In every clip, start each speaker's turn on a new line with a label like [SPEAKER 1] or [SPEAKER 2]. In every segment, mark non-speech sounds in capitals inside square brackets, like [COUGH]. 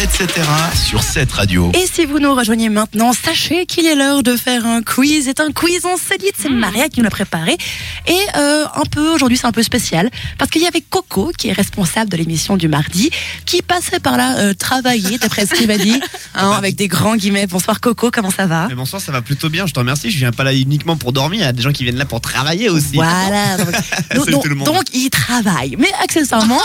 [SPEAKER 1] etc. sur cette radio.
[SPEAKER 2] Et si vous nous rejoignez maintenant, sachez qu'il est l'heure de faire un quiz. C'est un quiz en solide. C'est Maria qui nous l'a préparé. Et euh, un peu aujourd'hui, c'est un peu spécial parce qu'il y avait Coco qui est responsable de l'émission du mardi, qui passait par là euh, travailler, d'après ce qu'il m'a dit, hein, avec des grands guillemets. Bonsoir Coco, comment ça va
[SPEAKER 3] Mais bonsoir, ça va plutôt bien, je te remercie. Je viens pas là uniquement pour dormir, il y a des gens qui viennent là pour travailler aussi. [LAUGHS]
[SPEAKER 2] Voilà. Donc, donc-
[SPEAKER 3] Salut tout le monde.
[SPEAKER 2] donc, il travaille. Mais
[SPEAKER 3] [LAUGHS]
[SPEAKER 2] accessoirement,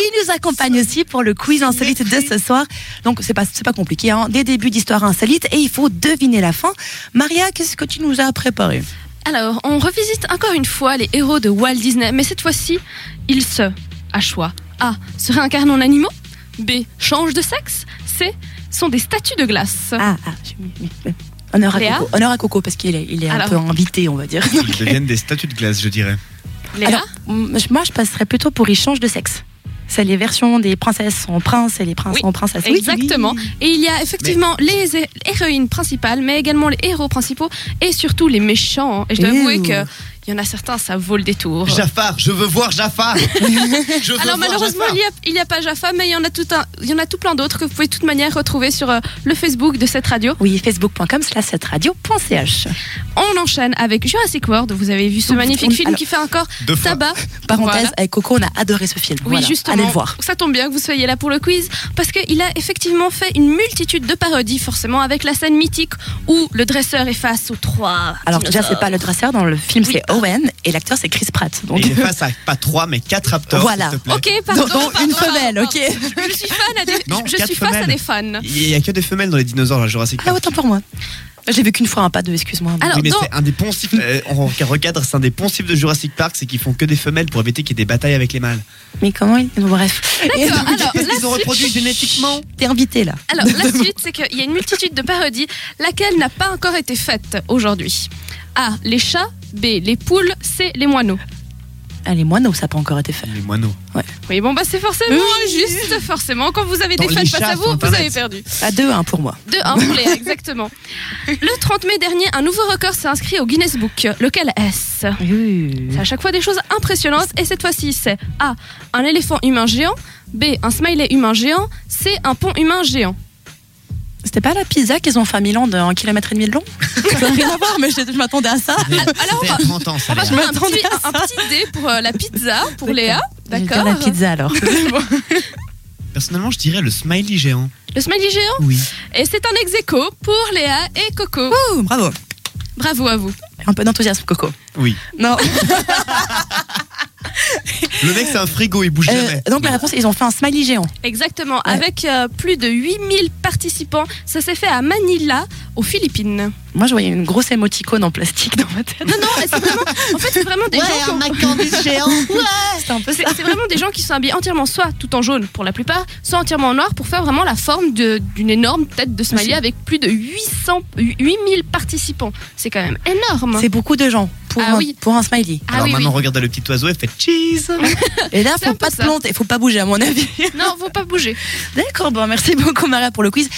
[SPEAKER 2] il nous accompagne aussi pour le quiz insolite de ce soir. Donc c'est pas c'est pas compliqué. Hein. Des débuts d'histoire insolite et il faut deviner la fin. Maria, qu'est-ce que tu nous as préparé
[SPEAKER 4] Alors, on revisite encore une fois les héros de Walt Disney, mais cette fois-ci, ils se, à choix, A, se réincarnent en animaux, B, changent de sexe, C, sont des statues de glace.
[SPEAKER 2] Ah, ah j'ai mis- mis- mis- Honneur à,
[SPEAKER 4] Léa
[SPEAKER 2] Coco. Honneur à Coco parce qu'il est, il est un
[SPEAKER 4] Alors.
[SPEAKER 2] peu invité, on va dire.
[SPEAKER 3] Ils deviennent des statues de glace, je dirais.
[SPEAKER 4] Léa
[SPEAKER 2] Alors, m- moi, Mm, je passerais plutôt pour ils changent de sexe. C'est les versions des princesses en prince et les princes
[SPEAKER 4] Oui,
[SPEAKER 2] en princesse.
[SPEAKER 4] Exactement. Et il y a effectivement les hé- héroïnes principales, mais également les héros principaux et surtout les méchants. Et je dois
[SPEAKER 2] Eww.
[SPEAKER 4] avouer que il y en a certains, ça vaut le détour.
[SPEAKER 3] Jafar, je veux voir
[SPEAKER 4] [LAUGHS]
[SPEAKER 3] Jafar. Je veux
[SPEAKER 4] Oh. Alors
[SPEAKER 3] voir
[SPEAKER 4] malheureusement,
[SPEAKER 3] Jafar.
[SPEAKER 4] il n'y a, il y a pas Jaffa, mais il y en a tout un, il y en a tout plein d'autres que vous pouvez de toute manière retrouver sur euh, le Facebook de cette radio.
[SPEAKER 2] Oui, facebook.com slash cette radio.ch.
[SPEAKER 4] On enchaîne avec Jurassic World. Vous avez vu ce
[SPEAKER 2] Donc,
[SPEAKER 4] magnifique
[SPEAKER 2] on-
[SPEAKER 4] film
[SPEAKER 2] alors-
[SPEAKER 4] qui fait encore
[SPEAKER 3] Deux fois.
[SPEAKER 4] tabac.
[SPEAKER 2] Parenthèse,
[SPEAKER 4] Voilà.
[SPEAKER 2] avec Coco, on a adoré ce film.
[SPEAKER 4] Oui,
[SPEAKER 2] Voilà,
[SPEAKER 4] justement.
[SPEAKER 2] Allez le voir.
[SPEAKER 4] Ça tombe bien que vous soyez là pour le quiz, parce qu'il a effectivement fait une multitude de parodies, forcément, avec la scène mythique où le dresseur est face aux trois.
[SPEAKER 2] Alors déjà,
[SPEAKER 4] dinosaures.
[SPEAKER 2] c'est pas le dresseur dans le film,
[SPEAKER 4] Oui.
[SPEAKER 2] c'est Owen et l'acteur c'est Chris Pratt. [LAUGHS] Donc
[SPEAKER 3] Il est face à pas trois, mais quatre acteurs.
[SPEAKER 2] Voilà.
[SPEAKER 3] s'il te plaît.
[SPEAKER 2] [LAUGHS]
[SPEAKER 4] Ok, pardon.
[SPEAKER 2] Dont- dont
[SPEAKER 4] pardon,
[SPEAKER 2] une
[SPEAKER 4] pardon,
[SPEAKER 2] femelle,
[SPEAKER 4] pardon.
[SPEAKER 2] ok.
[SPEAKER 4] Je, je suis fan à des,
[SPEAKER 3] Non,
[SPEAKER 4] je
[SPEAKER 3] quatre
[SPEAKER 4] suis face à
[SPEAKER 3] femelles.
[SPEAKER 4] des fans.
[SPEAKER 3] Il y a que des femelles dans les dinosaures, là, Jurassic
[SPEAKER 2] ah
[SPEAKER 3] Park.
[SPEAKER 2] autant pour moi. J'ai vu qu'une fois un pas de, excuse-moi.
[SPEAKER 4] Alors,
[SPEAKER 3] oui, mais
[SPEAKER 4] dans-
[SPEAKER 3] c'est un des poncifs, euh, on recadre, c'est un des poncifs de Jurassic Park, c'est qu'ils font que des femelles pour éviter qu'il y ait des batailles avec les mâles.
[SPEAKER 2] Mais comment il bon, Bref. Et
[SPEAKER 4] D'accord,
[SPEAKER 2] donc,
[SPEAKER 4] Ah,
[SPEAKER 2] [LAUGHS]
[SPEAKER 4] alors, la
[SPEAKER 3] Ils ont
[SPEAKER 4] suite-
[SPEAKER 3] reproduit génétiquement.
[SPEAKER 2] T'es invité là.
[SPEAKER 4] Alors,
[SPEAKER 2] [LAUGHS]
[SPEAKER 4] la suite, c'est qu'il y a une multitude de parodies, laquelle n'a pas encore été faite aujourd'hui. A. Les chats. B. Les poules. C. Les moineaux.
[SPEAKER 2] Ah, les moineaux, ça n'a pas encore été fait.
[SPEAKER 3] Les moineaux.
[SPEAKER 4] Oui, bon, bah c'est forcément juste, forcément. Quand vous avez des
[SPEAKER 3] Attends,
[SPEAKER 4] fans
[SPEAKER 3] les
[SPEAKER 4] face
[SPEAKER 3] chats
[SPEAKER 4] à
[SPEAKER 3] sont
[SPEAKER 4] vous, vous
[SPEAKER 3] Internet.
[SPEAKER 4] avez perdu.
[SPEAKER 2] À 2-1 pour moi.
[SPEAKER 4] 2-1 pour Léa, exactement. Le 30 mai dernier, un nouveau record s'est inscrit au Guinness Book. Lequel est-ce C'est à chaque fois des choses impressionnantes et cette fois-ci c'est A. Un éléphant humain géant. B. Un smiley humain géant. C. Un pont
[SPEAKER 2] [LAUGHS]
[SPEAKER 4] humain géant.
[SPEAKER 2] C'était pas la pizza qu'ils ont fait à Milan de 1,5 km de
[SPEAKER 4] [LAUGHS]
[SPEAKER 2] long Ça n'a rien à voir, mais je, je m'attendais à ça.
[SPEAKER 4] Ah, Alors on va, Ah,
[SPEAKER 3] 30 ans, ça.
[SPEAKER 4] on va
[SPEAKER 3] Léa.
[SPEAKER 4] faire un
[SPEAKER 2] m'attendais
[SPEAKER 4] petit, un, un petit dé pour euh, la pizza, pour
[SPEAKER 2] D'accord.
[SPEAKER 4] Léa.
[SPEAKER 2] Je vais dire
[SPEAKER 4] D'accord.
[SPEAKER 2] la pizza alors.
[SPEAKER 3] Personnellement, je dirais le smiley géant.
[SPEAKER 4] Le smiley géant.
[SPEAKER 3] Oui.
[SPEAKER 4] Et c'est un ex aequo pour Léa et Coco.
[SPEAKER 2] Ouh, bravo.
[SPEAKER 4] Bravo à vous.
[SPEAKER 2] Un peu d'enthousiasme, Coco.
[SPEAKER 3] Oui.
[SPEAKER 2] Non.
[SPEAKER 3] Le mec, c'est un frigo, il bouge
[SPEAKER 2] Euh,
[SPEAKER 3] jamais.
[SPEAKER 2] donc la réponse, ils ont fait un smiley géant.
[SPEAKER 4] Exactement.
[SPEAKER 2] Ouais.
[SPEAKER 4] Avec euh, plus de 8000 participants, ça s'est fait à Manila, aux Philippines.
[SPEAKER 2] Moi, je voyais une grosse émoticône en plastique dans ma tête.
[SPEAKER 4] Non, non, mais c'est vraiment, en fait, c'est vraiment des gens qui ont- [LAUGHS]
[SPEAKER 2] C'était un peu
[SPEAKER 4] c'est- c'est vraiment des gens qui sont habillés entièrement soit tout en jaune pour la plupart, soit entièrement en noir pour faire vraiment la forme de- d'une énorme tête de smiley
[SPEAKER 2] C'est-
[SPEAKER 4] avec plus de 800, 8000 participants. C'est quand même énorme.
[SPEAKER 2] C'est beaucoup de gens pour,
[SPEAKER 4] Ah
[SPEAKER 2] un,
[SPEAKER 4] oui.
[SPEAKER 2] pour un [LAUGHS] smiley.
[SPEAKER 4] Ah
[SPEAKER 3] Alors
[SPEAKER 4] oui,
[SPEAKER 3] maintenant, regardez le petit oiseau et fait cheese.
[SPEAKER 2] Et là,
[SPEAKER 4] C'est
[SPEAKER 2] faut
[SPEAKER 4] un peu
[SPEAKER 2] pas se
[SPEAKER 4] ça.
[SPEAKER 2] planter, faut pas bouger à mon avis.
[SPEAKER 4] oui. Non, faut pas bouger.
[SPEAKER 2] D'accord, bon, merci beaucoup Mara pour le quiz.